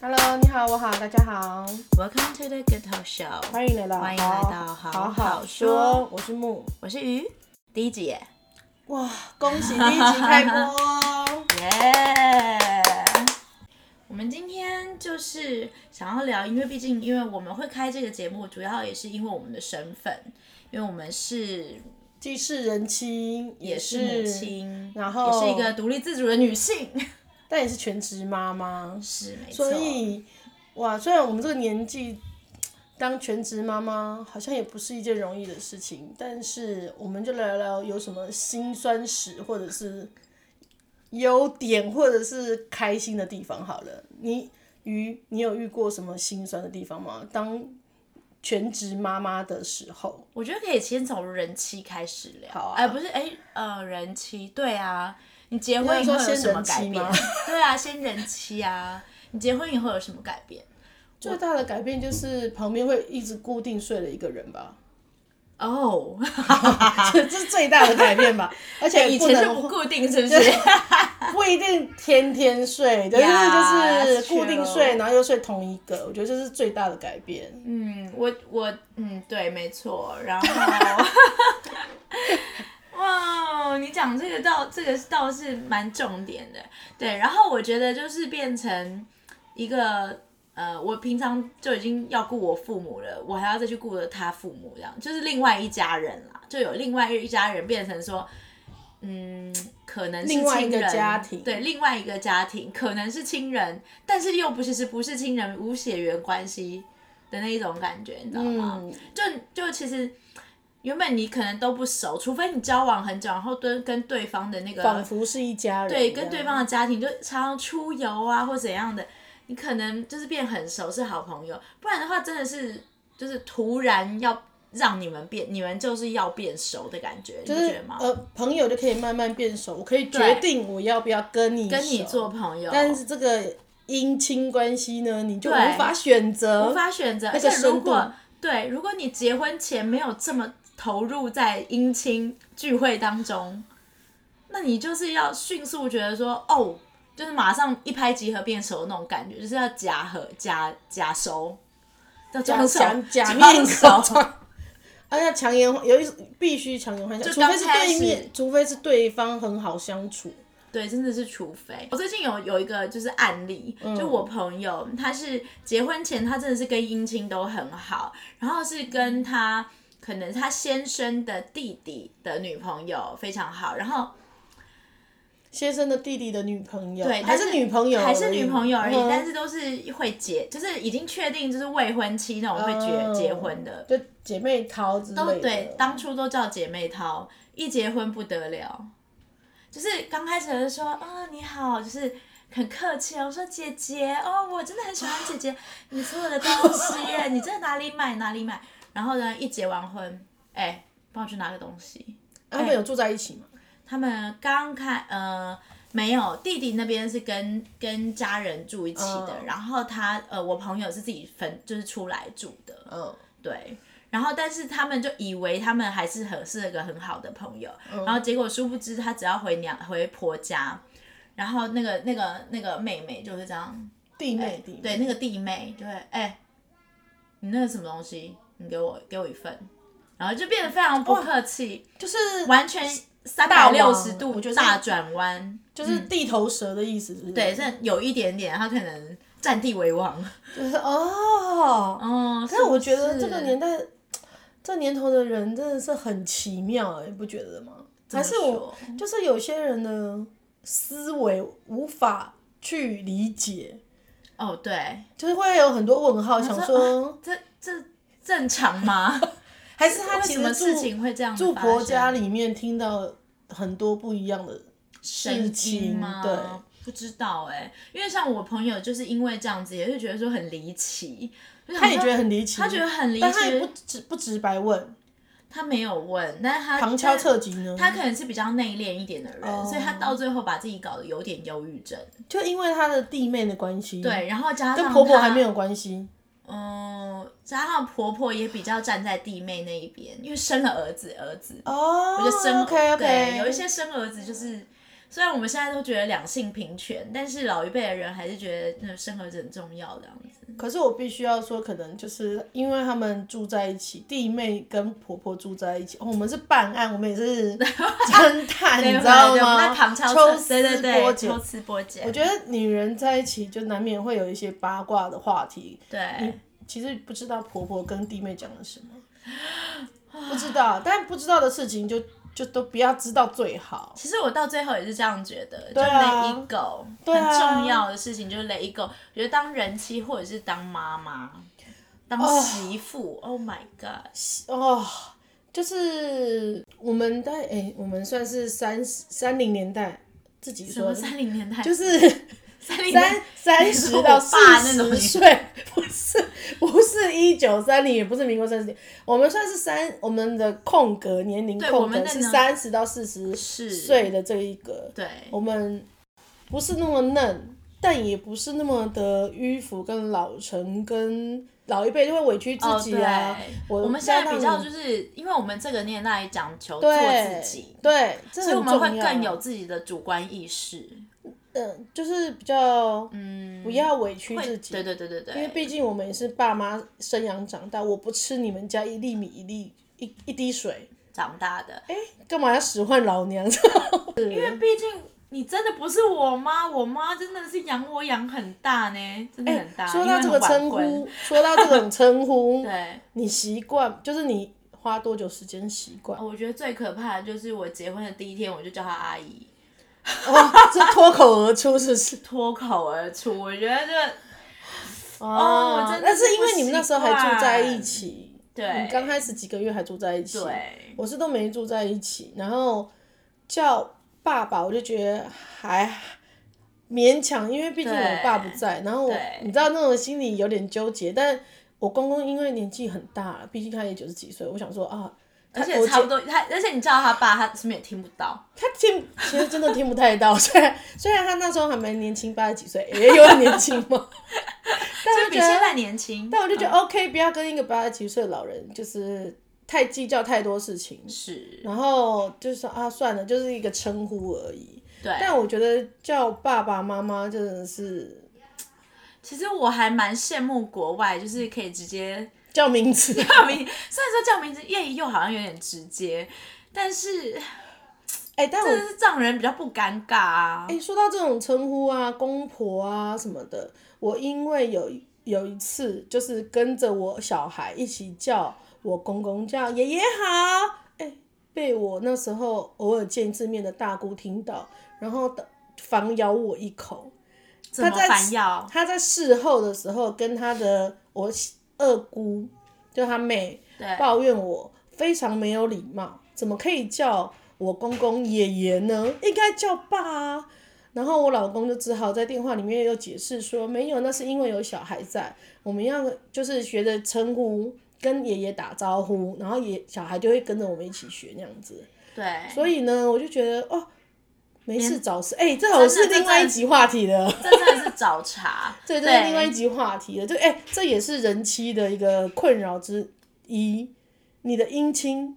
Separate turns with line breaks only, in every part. Hello，你好，我好，大家好，
Welcome to the Good Talk Show，
欢迎来到
欢迎来到
好好
好好
说
说，
我是木。
我是鱼，第一集耶，
哇，恭喜第一集开播！哦
耶、我们今天就是想要聊，因为毕竟因为我们会开这个节目，主要也是因为我们的身份，因为我们是
既是人妻，也
也是母亲，
然后
也是一个独立自主的女性，
但也是全职妈妈，
是没错
所，以哇，虽然我们这个年纪。当全职妈妈好像也不是一件容易的事情，但是我们就聊聊有什么辛酸史，或者是优点，或者是开心的地方好了。你鱼，你有遇过什么心酸的地方吗？当全职妈妈的时候，
我觉得可以先从人妻开始聊，
好啊
哎、不是哎、呃人妻，对啊，你结婚
那
以
说
后有
先
什么
人妻
改变
吗？
对啊，先人妻啊，你结婚以后有什么改变？
最大的改变就是旁边会一直固定睡了一个人吧，
哦，
这是最大的改变吧。而且
以
不
前是
能
不固定，是不是？
不一定天天睡，但
Yeah,
是就是
that's
固定
true.
睡，然后又睡同一个，我觉得这是最大的改变。
嗯，我我嗯，对，没错。然后，哇，哦你讲这个倒这个倒是蛮重点的，对。然后我觉得就是变成一个呃，我平常就已经要顾我父母了，我还要再去顾了他父母，这样就是另外一家人啦，就有另外一家人变成说。嗯，可能是
另外一个
亲人
家庭
对，另外一个家庭可能是亲人，但是又不是是不是亲人，无血缘关系，的那一种感觉，你知道吗？
嗯，
就就其实原本你可能都不熟，除非你交往很久，然后跟跟对方的那
仿
个
佛是一家人。
对跟对方。的家庭就常常出游啊或怎样的，你可能就是变很熟是好朋友，不然的话真的是就是突然要让你们变，你们就是要变熟的感觉，
就
你不觉
是
得吗？
呃，朋友就可以慢慢变熟，我可以决
对
定我要不要跟你
跟你
熟
做，朋友，
但是这个姻亲关系呢，你就无
对
法选择，
无法选择。而
个
且如
深度
果对，如果你结婚前没有这么投入在姻亲聚会当中，那你就是要迅速觉得说，哦，就是马上一拍即合变熟的那种感觉，就是要假合假假熟，叫
假
装熟
假假
装
面
熟
孔， 而且强颜有一必须强颜欢笑，
就
除
刚
非是
开
对
始
面，除非是对方很好相处，
对，真的是除非。我最近有有一个就是案例，
嗯
就我朋友，他是结婚前他真的是跟姻亲都很好，然后是跟他可能他先生的弟弟的女朋友非常好，然后
先生的弟弟的女朋友，
对，
哦还
但是
女朋友而已，
还是女朋友而已，
嗯
但是都是会结，就是已经确定就是未婚妻那种会结、
嗯
结婚的，
就姐妹淘之类
都
的。
对，当初都叫姐妹淘，一结婚不得了，就是刚开始就说啊、你好，就是。很客气哦，我说姐姐哦，我真的很喜欢姐姐， 你所有的东西耶， 你这哪里买哪里买。然后呢，一结完婚，哎、帮我去拿个东西。
他们有住在一起吗？
他们刚开呃没有，弟弟那边是跟跟家人住一起的，
嗯
然后他呃我朋友是自己分就是出来住的，
嗯，
对。然后，但是他们就以为他们还是很是个很好的朋友，
嗯
然后结果殊不知他只要回娘回婆家，然后那个那个那个妹妹就是这样，哎
弟妹弟妹。
对，那个弟妹就会哎、你那个什么东西，你给我给我一份，然后就变得非常不客气，
就是
完全三
哦大
百六
王
十度
我觉得
大转弯，
就是地头蛇的意思，是不是？
嗯对，这有一点点，他可能占地为王。
就是哦。
嗯，
但我觉得这个年
代
代，这年头的人真的是很奇妙、哎，你不觉得吗？还是我，就是有些人的思维无法去理解，
哦，对，
就是会有很多问号，想说
这这正常吗？
还是他
为
其实
什么
住
事情会这样
住
发
婆
生
家里面听到很多不一样的事
神经
情，
吗？
对，
不知道哎、因为像我朋友就是因为这样子，也就觉得说很离奇。
他
他
也觉得很离奇，
他觉得很离
但他也不
奇，
直不直白问，
他没有问，但是他
旁敲侧击呢。
他可能是比较内敛一点的人，
哦
所以他到最后把自己搞得有点忧郁症。
就因为他的弟妹的关系，，
对，然后加上
跟婆婆
他
还没有关系，
嗯，加上婆婆也比较站在弟妹那一边，因为生了儿子，儿子，
哦，
我就生
OK
对
OK，
有一些生儿子就是，虽然我们现在都觉得两性平权，但是老一辈的人还是觉得那生儿子很重要这样子。
可是我必须要说，可能就是因为他们住在一起，弟妹跟婆婆住在一起，哦我们是办案，我们也 是侦探，啊你知道
对对对我们
吗？
在旁敲
抽
侧
丝
对对
剥
对，
茧
抽丝剥茧
我。觉得女人在一起就难免会有一些八卦的话题，
对，
其实不知道婆婆跟弟妹讲了什么，不知 道，但不知道的事情就就都不要知道最好。
其实我到最后也是这样觉得，就
对啊
let it go，、
啊
很重要的事情就是 let it go。我觉得当人妻或者是当妈妈、当媳妇、o h my god，
哦，就是我们在哎、我们算是三三零年代自己
什
说
么
的，
三零年代，
就是是
三 零
三三
是
十
我
到
爸
四
那种
十
年
岁， 不是不是一九三零，也不是民国三十年，我们算是三我们的空格年龄
对我
空
们
格
的
是
呢
三十到四十
是
岁的这一个，
对
我们不是那么嫩，但也不是那么的迂腐跟老成，跟老一辈就会委屈自
哦
己啊。
对
我
我们现在比较
是
就是因为我们这个年代讲求做
对
自己，
对，这
所以我
很
们会
重要
更有自己的主观意识。
嗯，就是比较
嗯，
不要委屈
会
自己，
对对对对对，
因为毕竟我们也是爸妈生养长大，我不吃你们家一粒米一粒一一滴水，
长大的，
干嘛要使唤老娘？
哎因为毕竟你真的不是我妈，我妈真的是养我养很大呢，真的很大。
说到这个称
因为很晚婚，
呼，说到这种称呼，
对，
你习惯就是你花多久时间习惯？
我觉得最可怕的就是我结婚的第一天，我就叫她阿姨，
哇，这脱口而出是不是？
脱口而出。我觉得这
哦
真的是
那是因为你们那时候还住在一起，你
对
刚开始几个月还住在一起，
对，
我是都没住在一起，然后叫爸爸，我就觉得还勉强，因为毕竟
对
我爸不在，然后我
对
你知道那种心里有点纠结，但我公公因为年纪很大了，毕竟他也九十几岁，我想说啊，他
而且
我
差不
觉
多，她而且你叫她爸，她是不是也听不到？
他听其实真的听不太到，虽然虽然他那时候还蛮年轻，八十几岁，也有点年轻 嘛，但
就
我
是比
觉得
现在年轻。
但我就觉得 OK，不要跟一个八十几岁的老人就是太计较太多事情，
是，
然后就是说啊，算了，就是一个称呼而已。
对。
但我觉得叫爸爸妈妈真的是
其实我还蛮羡慕国外，就是可以直接
叫名字，
叫名，虽然说叫名字叶怡又好像有点直接，但是
哎、但我
但是藏人比较不尴尬啊
哎、。说到这种称呼啊，公婆啊什么的，我因为有有一次就是跟着我小孩一起叫我公公叫爷爷好，哎、被我那时候偶尔见一次面的大姑听到，然后反咬我一口。
怎么
在
反咬？
他在事后的时候跟他的我二姑，就他妹，
对，
抱怨我非常没有礼貌，怎么可以叫我公公爷爷呢？应该叫爸啊。然后我老公就只好在电话里面又解释说，没有，那是因为有小孩在，我们要就是学着称呼，跟爷爷打招呼，然后爷小孩就会跟着我们一起学那样子。
对，
所以呢，我就觉得哦，没事找事，哎、这好像是
真的
另外一集话题了。。
这真的是找茬
这就是另外一集话题了。这哎、这也是人妻的一个困扰之一。你的姻亲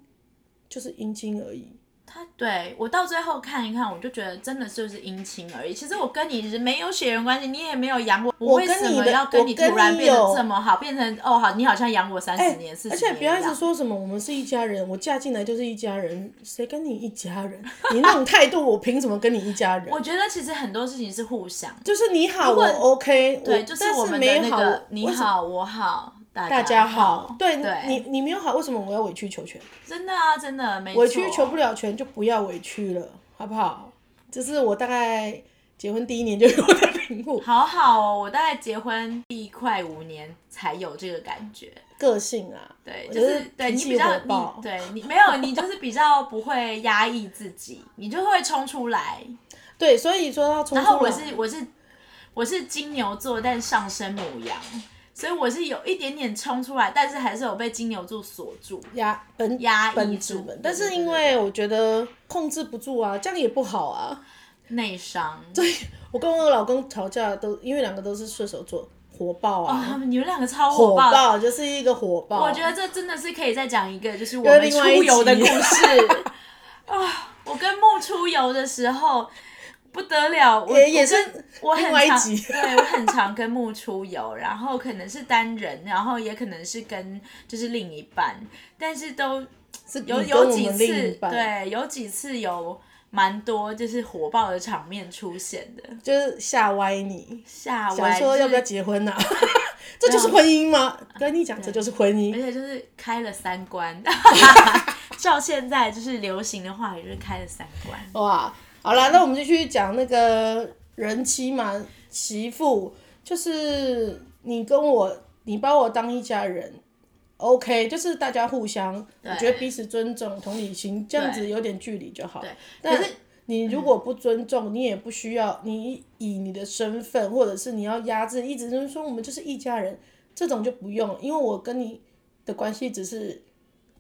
就是姻亲而已，
他对我到最后看一看，我就觉得真的就是姻亲而已。其实我跟你是没有血缘关系，你也没有养我，我为
跟
什
你
么
的
要
我
你突
跟
然
你有
变得这么好，变成哦好，你好像养我三
哎、
十年、四
而
十、
且
年
不要一
样
直说什么我们是一家人，我嫁进来就是一家人，谁跟你一家人？ 你那种态度，我凭什么跟你一家人？
我觉得其实很多事情是互相，
就是你好，我
果
OK，
对，
我
就是
但
我们的
没
那
好，
个你
为什么
好我好大
大家好，对
对，
你你没有好，为什么我要委曲求全？
真的啊，真的没错
委曲求不了全就不要委屈了，好不好？这是我大概结婚第一年就有的 领悟，
好好哦，我大概结婚第快五年才有这个感觉。
个性啊，
对，
我
就
觉
是
得
对
脾
你
气
比较
火爆
你对你没有你就是比较不会压抑自己，你就会冲出来。
对，所以说要冲啊
然后
出
我
来，
是我是我是金牛座，但上升母羊，所以我是有一点点冲出来，但是还是有被金牛座锁住。
压本
压抑
本
住
质本，
对
但是
对
因
对
为我觉得控制不住啊，这样也不好啊。
内伤。
我跟我老公吵架都因为两个都是射手座，火爆
哦，他
啊，
们你们两个超
火
火爆的。
就是一个火爆。
我觉得这真的是可以再讲一个，就是我
又
们
另外一
出游的故
集
事啊。我跟木出游的时候，不得了，我
也也是
我跟
另
我
外
很
一
常
集
对我很常跟木出游，然后可能是单人，然后也可能是跟就是另一半，但是都
是
有
你跟
有
我
几
们
次
另一半，
对有几次有蛮多就是火爆的场面出现的，
就是吓歪你，
吓
想
歪，
说要不要
就是
结婚呐、啊？ 这就是婚姻吗？跟你讲，这就是婚
而
姻。
且就是开了三关， 照现在就是流行的话语就是开了三关。
哇，好啦，那我们就去讲那个人妻嘛，媳妇，就是你跟我，你把我当一家人，OK，就是大家互相，我觉得彼此尊重、同理心，这样子有点距离就好。但
可是
你如果不尊重，你也不需要，你以你的身份，或者是你要压制，一直就是说我们就是一家人，这种就不用，因为我跟你的关系只是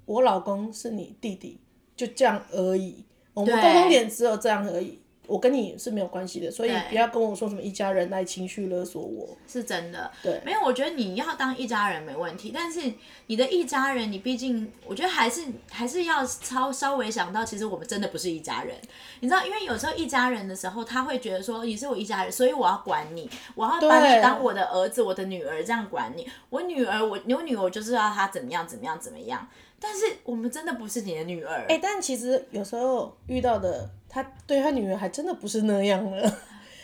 我老公是你弟弟，就这样而已。我们
对
共同点只有这样而已，我跟你是没有关系的，所以
对
不要跟我说什么一家人来情绪勒索我。
是真的。
对，
没有，我觉得你要当一家人没问题，但是你的一家人，你毕竟我觉得还是还是要稍稍微想到，其实我们真的不是一家人。你知道，因为有时候一家人的时候，他会觉得说你是我一家人，所以我要管你，我要把
对
你当我的儿子、我的女儿这样管你。我女儿，我有女儿，我就知道她怎么样怎么样怎么样。但是我们真的不是你的女儿，
哎、但其实有时候遇到的他对他女儿还真的不是那样了。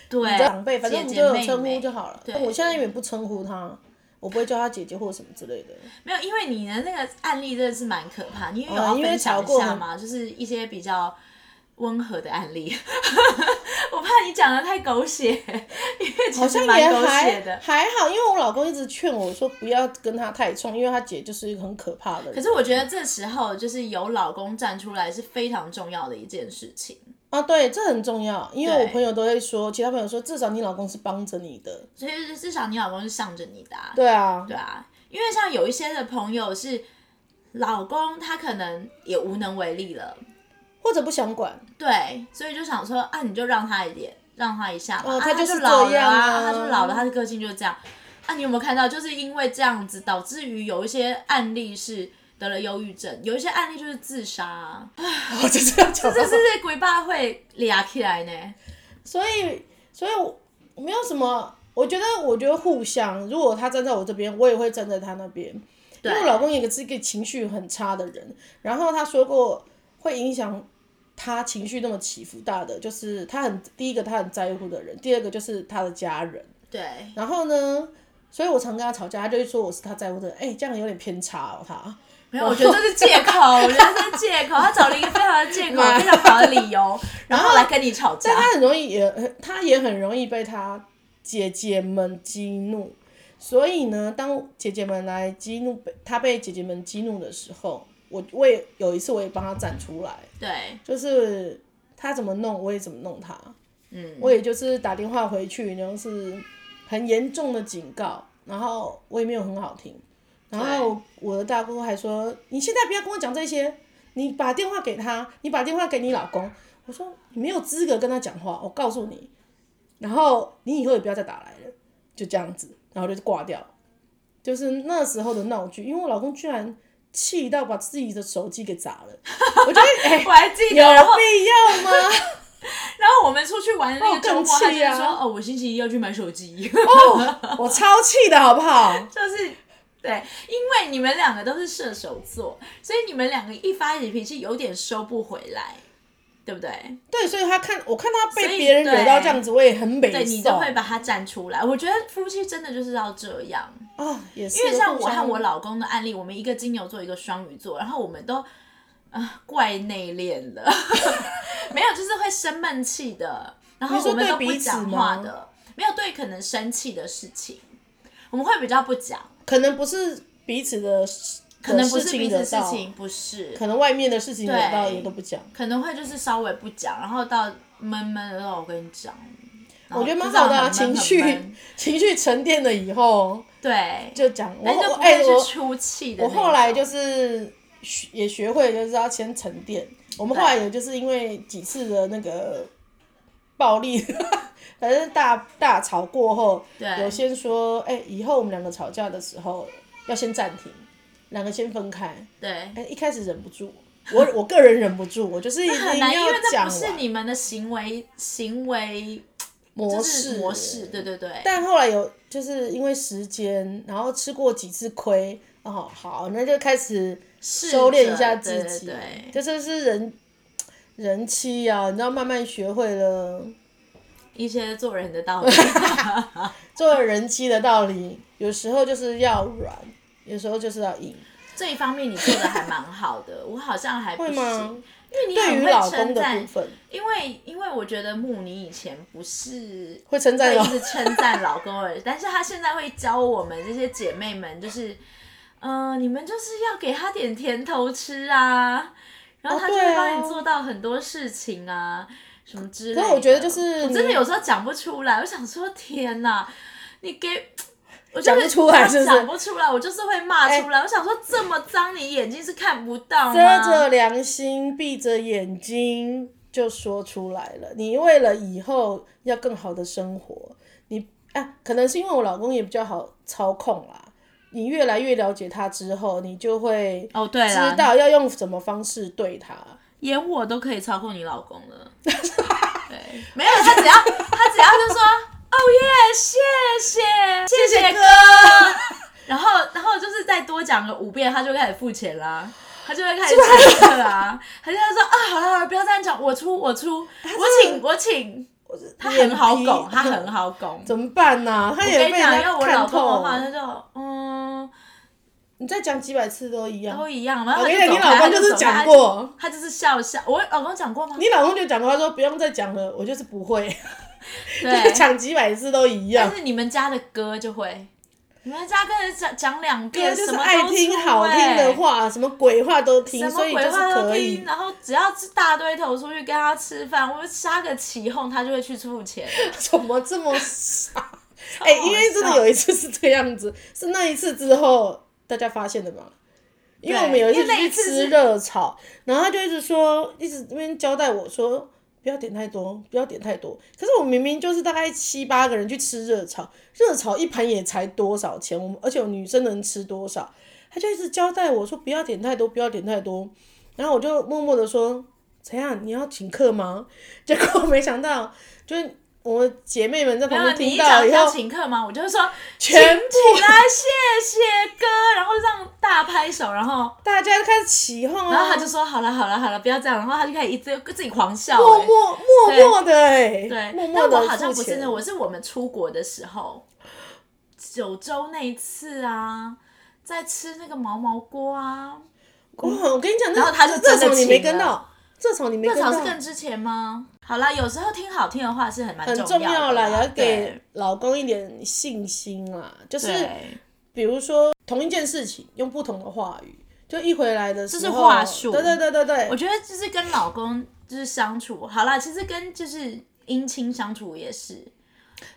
对，
长辈，反正我们
姐
就
姐
有
妹
称呼
妹
就好了。
对
但我现在也不称呼她，我不会叫她姐姐或什么之类的。
没有，因为你的那个案例真的是蛮可怕，你有
哦
要
因为
分享
吵
一
过
下
很
吗？就是一些比较温和的案例， 我怕你讲的太狗血， 因为
好
其
像
实
也
蛮狗血
还
的。
还好，因为我老公一直劝我说不要跟她太冲，因为她姐就是一个很可怕的人。
可是我觉得这时候就是有老公站出来是非常重要的一件事情，
啊，对，这很重要，因为我
对
朋友都会说，其他朋友说至少你老公是帮着你的。
所以就是至少你老公是向着你的、啊，
对啊，
对啊，因为像有一些的朋友是老公他可能也无能为力了，
或者不想管，
对，所以就想说啊，你就让他一点，让他一下嘛。
哦
啊
他
他
就是
老
这
了
样啊
啊，他就老了，他的个性就是这样。啊，你有没有看到？就是因为这样子，导致于有一些案例是得了忧郁症，有一些案例就是自杀、啊。
我就这样讲。
这是这鬼爸会俩起来呢？
所以，所以我没有什么。我觉得，我觉得互相，如果他站在我这边，我也会站在他那边。因为我老公也是一个情绪很差的人，然后他说过会影响他情绪那么起伏大的，就是他很第一个他很在乎的人，第二个就是他的家人。
对，
然后呢，所以我常跟他吵架，他就会说我是他在乎的人，哎、这样有点偏差哦，他。
没有，我觉得这是借口，我觉得这是借口。他找了一个非常的借口，非常好的理由，然后来跟你吵架
但。他很容易也，他也很容易被他姐姐们激怒，所以呢，当姐姐们来激怒被他被姐姐们激怒的时候，我我也有一次我也帮他站出来，
对，
就是他怎么弄我也怎么弄他，
嗯，
我也就是打电话回去，然后是很严重的警告，然后我也没有很好听，然后我的大姑还说你现在不要跟我讲这些，你把电话给他，你把电话给你老公，我说你没有资格跟他讲话，我告诉你，然后你以后也不要再打来了，就这样子，然后就挂掉，就是那时候的闹剧，因为我老公居然气到把自己的手机给砸了，我觉得哎、
我还记
有
得，然后
必要吗？
然后我们出去玩的那
哦
个周
更
末，他就
气啊
是说：“哦，我星期一要去买手机。
哦， 我超气的好不好？”
就是对，因为你们两个都是射手座，所以你们两个一发起脾气，有点收不回来，对不对？
对，所以他看我看他
所
被
以
别人惹
对
到这样子，我也很美
对你都
受
会把它站出来。我觉得夫妻真的就是要这样，
啊，也是
因为像我和我
老
老公的案例，我们一个金牛座，一个双鱼座，然后我们都啊、怪内敛的， 没有就是会生闷气的，然后
你说
我们都
对
不
彼此
讲
吗
话的，没有对可能生气的事情，我们会比较不讲，
可能不是彼此的事，
可能
的
不
事
是彼
情
此
惹
事
到，
情，不是，
可能外面的事情惹到
对
也都不讲。
可能会就是稍微不讲，然后到闷闷的时候，我跟你讲，然后
我觉得蛮
就这样
好的啊，
很
情
闷很
绪
闷
情绪沉淀了以后
对，
就讲。我
但就
我
不
哎、
会
我
是出气的
我
那种。
后来就是学也学会，就是要先沉淀。我们后来也就是因为几次的那个暴力， 反正大大吵过后，
对
有先说，哎、以后我们两个吵架的时候要先暂停，两个先分开。
对
哎、一开始忍不住，我我个人忍不住，我就是一定
很难，因为
要
这
讲
不是
完
你们的行为行为
模
就是
式
模式，对对对。
但后来有就是因为时间，然后吃过几次亏，哦，好，那就开始收敛一下自己。
对对
这
对
就是人人妻啊，你知道，慢慢学会了
一些做人的道 理。
做人妻的道理，有时候就是要软，有时候就是要硬。
这一方面你做的还蛮好的，我好像还不
会
行，
吗
因为你
对
很
于
啊会
老公
称
的
赞
部，分，
因为因为我觉得木你以前不是
会称赞哦
会
老
一直称赞老公而已，但是他现在会教我们这些姐妹们，就是，呃，你们就是要给他点甜头吃啊，然后
哦
他就
对
会
啊
帮你做到很多事情啊，什么之类的。
可是我觉得就是
我真的
你
有时候讲不出来，我想说天哪，你给。我
讲
就
不
是
出来
我
是不是
讲不出来，我就是会骂出来。我想说，这么脏，你眼睛是看不到吗？
遮着良心，闭着眼睛就说出来了。你为了以后要更好的生活，你啊，可能是因为我老公也比较好操控啦。你越来越了解他之后，你就会
哦，对
知
了，
道要用什么方式对他。
连我都可以操控你老公 了。对，没有他只要他只要就说哦耶，谢谢谢谢哥，然后然后就是再多讲个五遍，他就开始付钱啦。他就会开始请客啊，他就会说啊，好了好了，不要这样讲，我出我出，我请我请，他很好
脸皮
拱，他很好拱。
怎么办呢、他
我
也
跟你
被
讲，
人
因为
家
我老
看
公的
透。
话，他就嗯
你再讲几百次都一样
都。一样，然后
我
他
跟你讲，
就走
你
开，
老
他
公
就是走开
讲，过，
他就是笑笑。我老公讲过吗？
你老公就讲过，他说不用再讲了，我就是不会，就是
对，
讲几百次都一样
但。是你们家的歌就会，你们家跟人讲讲两
对，啊
遍，
就
啊什
是
么
爱
都
听
出
好听
欸
的话，什么鬼话都听，
什
所
么
以就
鬼
是
话都
可
听，
以。
然后只要是大堆头出去跟他吃饭，我就杀个起哄，他就会去 付钱。
怎么这么 傻？哎、因为真的有一次是这样子，是那一次之后大家发现的嘛？因为
对
我们有一次
因为那
去
一次
吃
是
热炒，然后他就一直说，一直那边交代我说不要点太多，不要点太多。可是我明明就是大概七八个人去吃热炒，热炒一盘也才多少钱？我们而且我女生能吃多少？他就一直交代我说不要点太多，不要点太多。然后我就默默的说：“怎样？你要请客吗？” 结果没想到，就是我姐妹们在旁
然后
边
啊
听
你一
到
讲
以
要
后，
请客嘛，我就会说请
全
起来，谢谢哥，然后让大拍手，然后
大家都开始起哄
然后他
啊，
就说好了好了好了，不要这样，然后他就开始一直自己狂笑、
默
欸。
默默默的哎、
对，
默默
但
的
我好像不
付
是
钱
那，。我是我们出国的时候，九州那一次啊，在吃那个毛毛锅啊，
哇，我跟你讲，那
然后他就
这
真的
场你
请
没跟
了
到，这场你没
热
跟
炒
到，
是更之前吗？好啦，有时候听好听的话是很蛮
很
重
重
要
要
的
啦，
啦，
也要给
对
老公一点信心啦。就是
对
比如说同一件事情，用不同的话语，就一回来的时候，
这是话术
对对对对对，
我觉得就是跟老公就是相处，好啦，其实跟就是姻亲相处也是，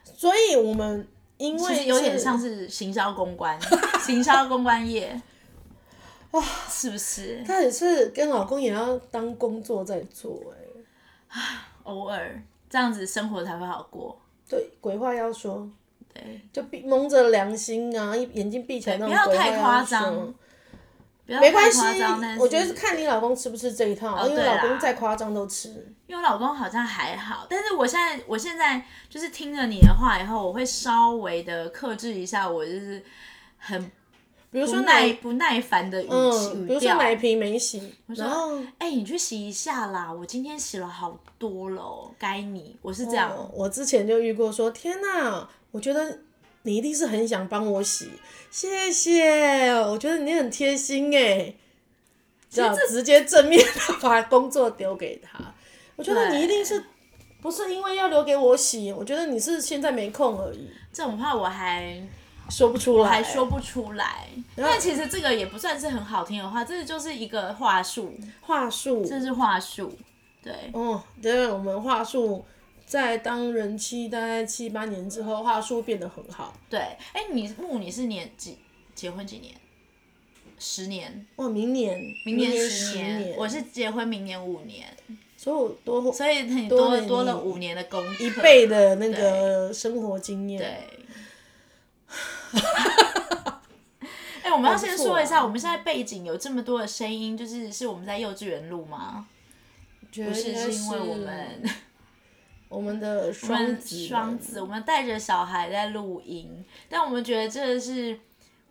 所以我们因
其
为
实有点
是
像是行销公关，行销公 关业，哇，是不是？
她也是跟老公也要当工作在做、哎，
偶尔这样子生活才会好过，
对，鬼话要说，
对。
就闭蒙着良心啊，一眼睛闭起来那
不
种
要
鬼话
太夸
要
张
说。，
不要
没关
太
系
夸张。但，是哦
我觉得是看你老公吃不吃这一套，因为
对啊啦
老公再夸张都吃。
因为我老公好像还好，但是我现在我现在就是听了你的话以后，我会稍微的克制一下，我就是很
比如
不
说
耐
奶，
不耐烦的语气、
嗯，比如
语
说
调。
奶瓶没洗，然后
哎、你去洗一下啦，我今天洗了好多了哦，该你。我是这样，
哦我之前就遇过说，天哪，我觉得你一定是很想帮我洗，谢谢，我觉得你很贴心哎，这样直接正面的把工作丢给他，我觉得
对
你一定是不是因为要留给我洗，我觉得你是现在没空而已，
这种话我还
说不出
我
来，
还说不出来。但其实这个也不算是很好听的话，这就是一个话术，
话术，
这是话术。对，
哦，对，我们话术在当人妻大概七八年之后，话术变得很好，
对，哎、你木你是年几结婚几年？十年，
哇，明年
明
年
十
年，
我是结婚明年五年，
所以我多
所以你
多
多
了
多了
你
五年的功 课
一倍的那个生活经验。
对。哎、哎、我们要
还
先
不错
说一
啊
下，我们现在背景有这么多的声音，就是是我们在幼稚园录吗？
觉
不
得
是，
应该
是
是
因为我们
我们的
我
双
们
子
双
们
子，我们带着小孩在录音，但我们觉得这是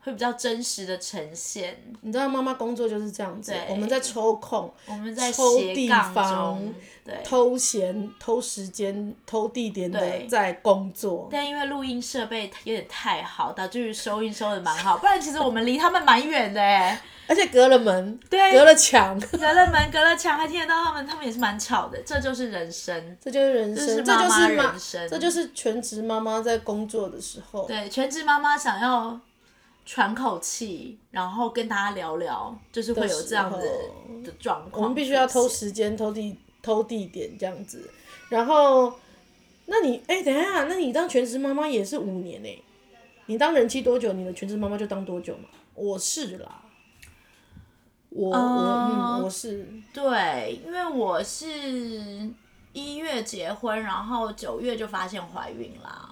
会比较真实的呈现。
你知道妈妈工作就是这样子
对，
我们在抽空、
我们在
抽
斜
地
杠
方
中，对，
偷闲、偷时间、偷地点的
对
在工作。
但因为录音设备有点太好，导致于收音收的蛮好，不然其实我们离他们蛮远的哎，
而且隔了门，
对
隔了墙，
隔了门隔了墙还听得到他们，他们也是蛮吵的，这就是人生，
这就是人
这
生，这
妈
就
妈
是
人生，
这就是全职妈妈在工作的时候。
对全职妈妈想要喘口气，然后跟大家聊聊，就是会有这样
的
子
时候
的状况，
我们必须要偷。时间、偷地、偷地点这样子。然后，那你哎、等一下，那你当全职妈妈也是五年哎、你当人妻多久，你的全职妈妈就当多久嘛？我是啦，我、我
哦
嗯，我是
对，因为我是一月结婚，然后九月就发现怀孕啦，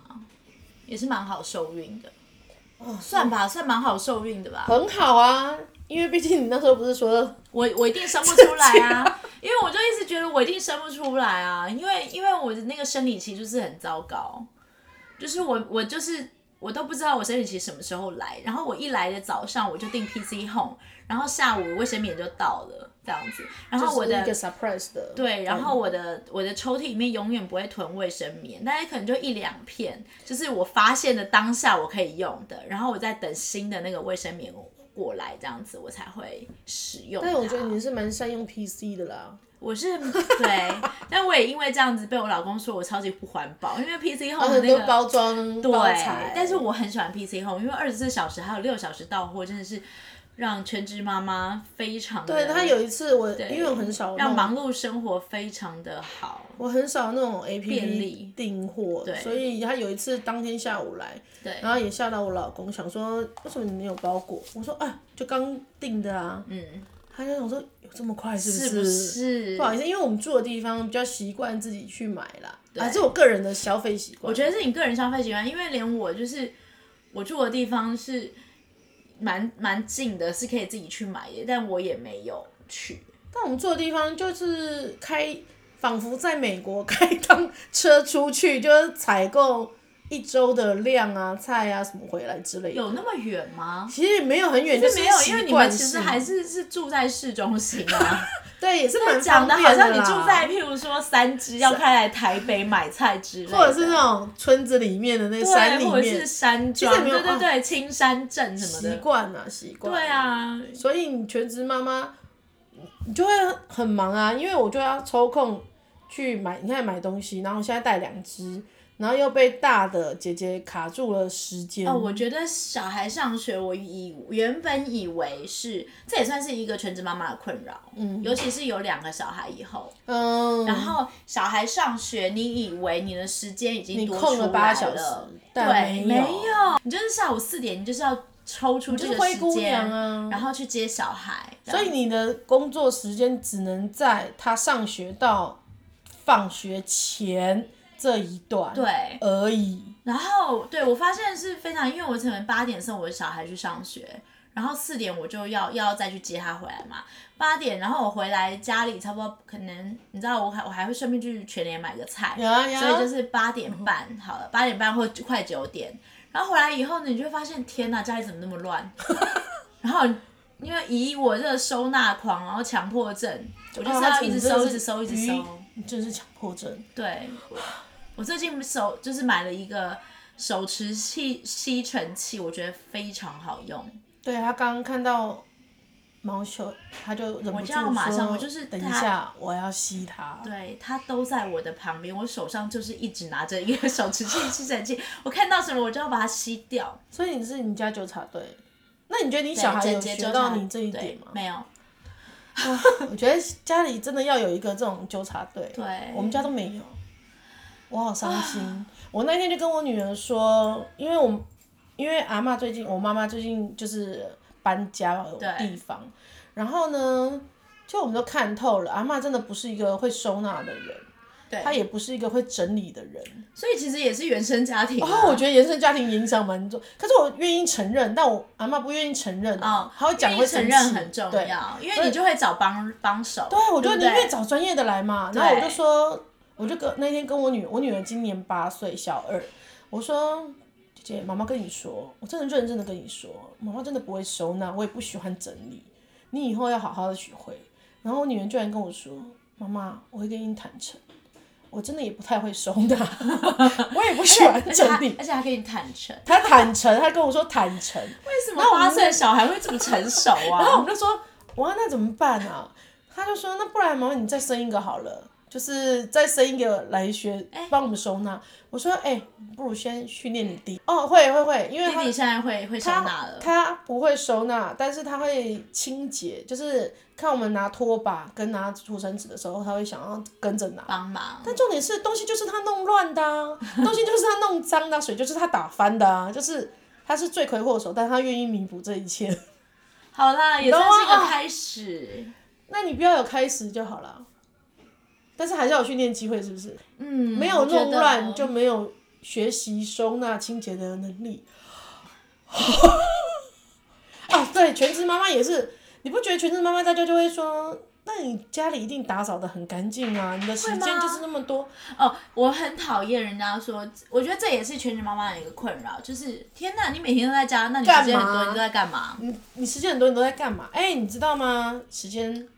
也是蛮好受孕的，
哦
算吧，算蛮好受孕的吧。
很好啊，因为毕竟你那时候不是说
我我一定生不出来啊，因为我就一直觉得我一定生不出来啊，因为因为我的那个生理期就是很糟糕，就是我我就是我都不知道我生理期什么时候来，然后我一来的早上我就订 PC Home，然后下午卫生棉就到了这样子，然后我
是
的
一个 surprise 的，
对，然后我的我的抽屉里面永远不会囤卫生棉，但是可能就一两片，就是我发现的当下我可以用的，然后我再等新的那个卫生棉过来，这样子我才会使用它。
但我觉得你是蛮善用 PC 的啦，
我是对，但我也因为这样子被我老公说我超级不环保，因为 PC
然后哦
Home
很
的
多
那个。
包装、包材
对，，但是我很喜欢 PC Home，因为二十四小时还有六小时到货，真的是让全职妈妈非常的
对他有一次我因为我很少
让
弄
忙碌生活非常的好。
我很少那种 A P
便
P
利
订货，所以他有一次当天下午来，
对
然后也吓到我老公，想说为什么你没有包裹？我说哎，就刚订的啊，
嗯，
他就想说有这么快是
是
不
不是？
不好意思，因为我们住的地方比较习惯自己去买啦，还是我个人的消费习惯。
我觉得是你个人消费习惯，因为连我就是我住的地方是蛮蛮近的，是可以自己去买的，但我也没有去。
但我们住的地方就是开，仿佛在美国 开趟车出去，就是采购一周的量啊、菜啊什么回来之类的。
有那么远吗？
其实也没有很远，就是
没有，
习
因为你
惯
们其实
性
还是是住在市中心 啊。
对，也是蛮
讲
方
的
便
好像你
啦
住在，譬如说三芝，要开来台北买菜之类的，
或者是那种村子里面的那
对
山里
或者是
面，
山
实也
庄，
没有嗯
对对对，青山镇什么
习
的。
惯啊，习惯。
对，啊，
所以你全职妈妈，你就会很忙啊，因为我就要抽空去买，你看买东西，然后我现在带两只，然后又被大的姐姐卡住了时间。
哦，我觉得小孩上学，我以原本以为是，这也算是一个全职妈妈的困扰，嗯，尤其是有两个小孩以后，
嗯，
然后小孩上学，你以为你的时间已经
你
多
空
出
了八
来
小时
了，
但
对，
没有
有，你就是下午四点，你就是要抽出这
是
个
灰
时
姑娘
间，
啊
然后去接小孩，
所以你的工作时间只能在他上学到放学前这一段
对，
而已。
然后对我发现是非常，因为我可能八点送我的小孩去上学，然后四点我就要要再去接他回来嘛。八点，然后我回来家里差不多，可能你知道我还我还会顺便去全联买个菜，
呀呀
所以就是八点半好了，八点半或快九点。然后回来以后呢，你就会发现天哪，家里怎么那么乱？然后因为以我这个收纳狂，然后强迫症，我
哦
就是要一直收，一直收，一直收。，
你真是强迫症。
对，我我最近手就是买了一个手持吸吸尘器，我觉得非常好用。
对他刚刚看到毛球，他就忍不住
这样马上
说
我就是
等一
他
下，我要吸它。
对，它都在我的旁边，我手上就是一直拿着一个 手持器吸尘器，我看到什么我就要把它吸掉。
所以你是你家纠察队，那你觉得你
对
小孩有
整洁
学
纠
到
察
你这一
对
点吗？
没有，
我觉得家里真的要有一个这种纠察队。
对
我们家都没有，我好伤心。我那天就跟我女儿说，因为我因为阿嬷最近，我妈妈最近就是搬家地方，然后呢，就我们都看透了，阿嬷真的不是一个会收纳的人。
对
他也不是一个会整理的人。
所以其实也是原生家庭、啊。
哦然后我觉得原生家庭影响蛮重，可是我愿意承认，但我阿妈不愿意承认
嗯，
她会讲
愿
会
意承
生
认
气
很重
对
要，因为你就会找帮帮手。
对，我就
不
宁
对
愿找专业的来嘛。
对
然后我就说，我就跟那天跟我女，我女儿今年八岁，小二，我说。姐姐，妈妈跟你说，我真的认真的跟你说，妈妈真的不会收纳，我也不喜欢整理，你以后要好好的学会。然后我女儿居然跟我说：“妈妈，我会跟你坦诚，我真的也不太会收纳， 我也不喜欢
而且
整
还
理。
而且还可以坦诚”，
她坦诚，她跟我说坦诚，
为什么
那我们
八岁的小孩会这么成熟 啊？
然后我们就说，哇，那怎么办啊？他就说，那不然妈妈你再生一个好了，就是再生一个来学帮我们收纳。我说，哎、不如先训练你弟。哦，会会会，因为
弟
他
弟现在会会收纳了，
他不会收纳，但是他会清洁，就是看我们拿拖把跟拿除尘纸的时候，他会想要跟着拿。
帮忙。
但重点是，东西就是他弄乱的、啊，东西就是他弄脏的啊、水就是他打翻的啊，就是他是罪魁祸首，但他愿意弥补这一切。
好啦，也
懂
算
啊
是一个
啊
开始。
那你不要有开始就好了。但是还是要有训练机会，是不是？
嗯，
没
我
有
觉
弄
得
乱就没有学习收纳清洁的能力。 哦，对，全职妈妈也是，你不觉得全职妈妈大家就会说，那你家里一定打扫的很干净啊，你的时
会吗
间就是那么多。
哦，我很讨厌人家说，我觉得这也是全职妈妈的一个困扰，就是天哪，你每天都在家，那你时间
干
很多，
嘛
你都在干嘛？
你你时间很多，你都在干嘛？哎、你知道吗？时间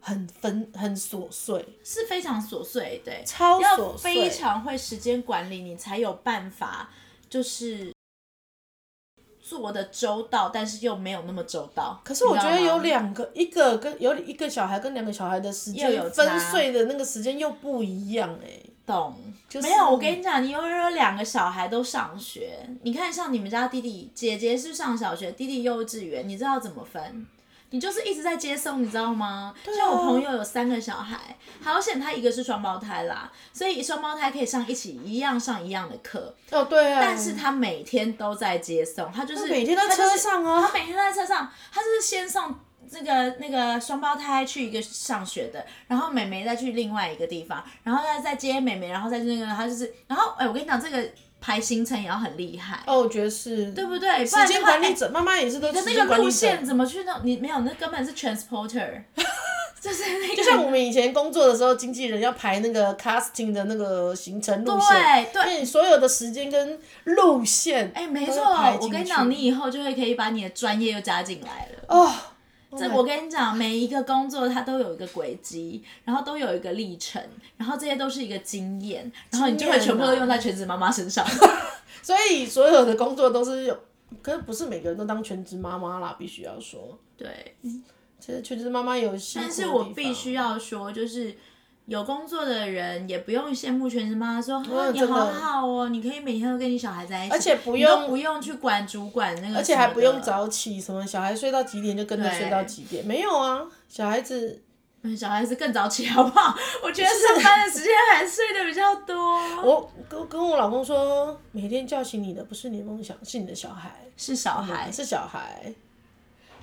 很分很琐碎，
是非常琐碎，对，
超
要
琐
非
碎。
常会时间管理，你才有办法就是做的周到，但是又没有那么周到。
可是我
你
觉
知道
得有
吗
两个，一个跟有一个小孩跟两个小孩的时
又有
间
差
分碎的那个时间又不一样哎、
懂，
就是
没有。我跟你讲，你有有两个小孩都上学，你看像你们家弟弟姐姐是上小学，弟弟幼稚园，你知道怎么分？你就是一直在接送，你知道吗？
啊
像我朋友有三个小孩，好险他一个是双胞胎啦，所以双胞胎可以上一起一样上一样的课，
哦，对啊。
但是他每天都在接送，他就是
他每天在
他就是
车上啊
他每天在车上，他就是先上那个那个双胞胎去一个上学的，然后美美再去另外一个地方，然后再再接美美，然后再去那个，他就是，然后哎、我跟你讲，这个排行程也要很厉害，
哦，我觉得是
对不对？不然
时
的
间
话
管
哎
理者，妈妈也是都
你的
时
那
间
个
管
路
理者。
线怎么去弄？你没有，那根本是 transporter，就是那个
就像我们以前工作的时候，经纪人要排那个 casting 的那个行程路线，
对对
所以所有的时间跟路线，
哎、没错，我跟你讲，你以后就会可以把你的专业又加进来了。
哦，
这我跟你讲，每一个工作它都有一个轨迹，然后都有一个历程，然后这些都是一个经验，然后你
啊
就会全部都用在全职妈妈身上。
所以所有的工作都是有，可是不是每个人都当全职妈妈啦，必须要说，
对，
其实全职妈妈有辛苦
但
的
是我
地
必
方
须要说，就是有工作的人也不用羡慕全职妈妈说，啊，
嗯
你
真的
好好哦，你可以每天都跟你小孩在一起，
而且不
你都
用
不用去管主管那个，
而且还不用。早起，什么小孩睡到几点就跟着睡到几点，没有啊，小孩子。
嗯小孩子更早起好不好？ 我觉得上班的时间还睡得比较多。
我跟跟我老公说，每天叫醒你的不是你的梦想，是你的小孩，
是小孩，
是小孩。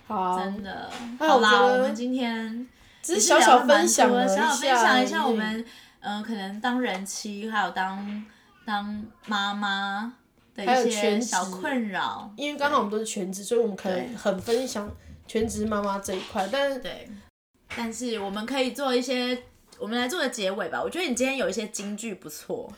好，
真的。
哎嗯我觉
好啦，
得
我们今天
只是
也
小
聊
小
了蛮
分
多
享了
小小分享一下我
而
们，嗯、可能当人妻，还有当当妈妈的
还有
一些
全
小
职
困扰
已，因为刚好我们都是全职，所以我们可能很分享全职妈妈这一块，但
对。但是我们可以做一些，我们来做个结尾吧。我觉得你今天有一些金句 不错，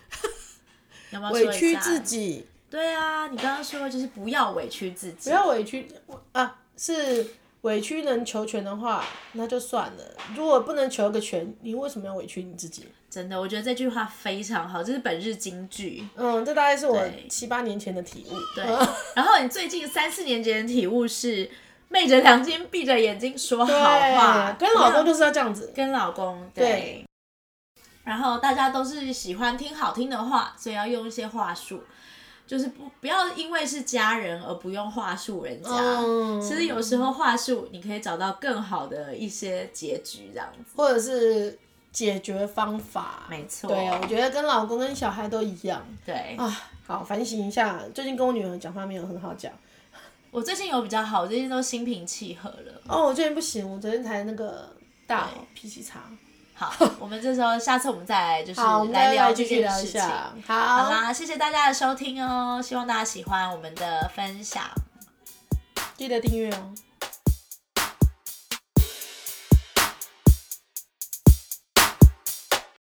要不要
委
说一
屈
下？
自己，
对啊，你刚刚说就是不要委屈自己
不，要委屈啊，是委屈能求全的话，那就算了。如果不能求个全，你为什么要委屈你自己？
真的，我觉得这句话非常好，这是本日金句。
嗯，这大概是我
对
七八年前的体悟。
对
嗯，
然后你最近三四年级的体悟是昧着良心、闭着眼睛说哦好话，
对跟老公
不要
就是要这样子。
跟老公对。
对
然后大家都是喜欢听好听的话，所以要用一些话术，就是不不要因为是家人而不用话术人家。
嗯
其实有时候话术你可以找到更好的一些结局，这样子。
或者是解决方法，
没错
对，我觉得跟老公跟小孩都一样
对，
啊。好，反省一下，最近跟我女儿讲话没有很好讲。
我最近有比较好，我最近都心平气和了。
哦，我最近不行，我昨天才那个大脾气差。
好， 我们这时候下次我们再来就是
好，我们
来
再
聊
来
这
继续
件
聊一
事情。
下。
好
好，
啦，谢谢大家的收听哦，希望大家喜欢我们的分享。
记得订阅哦。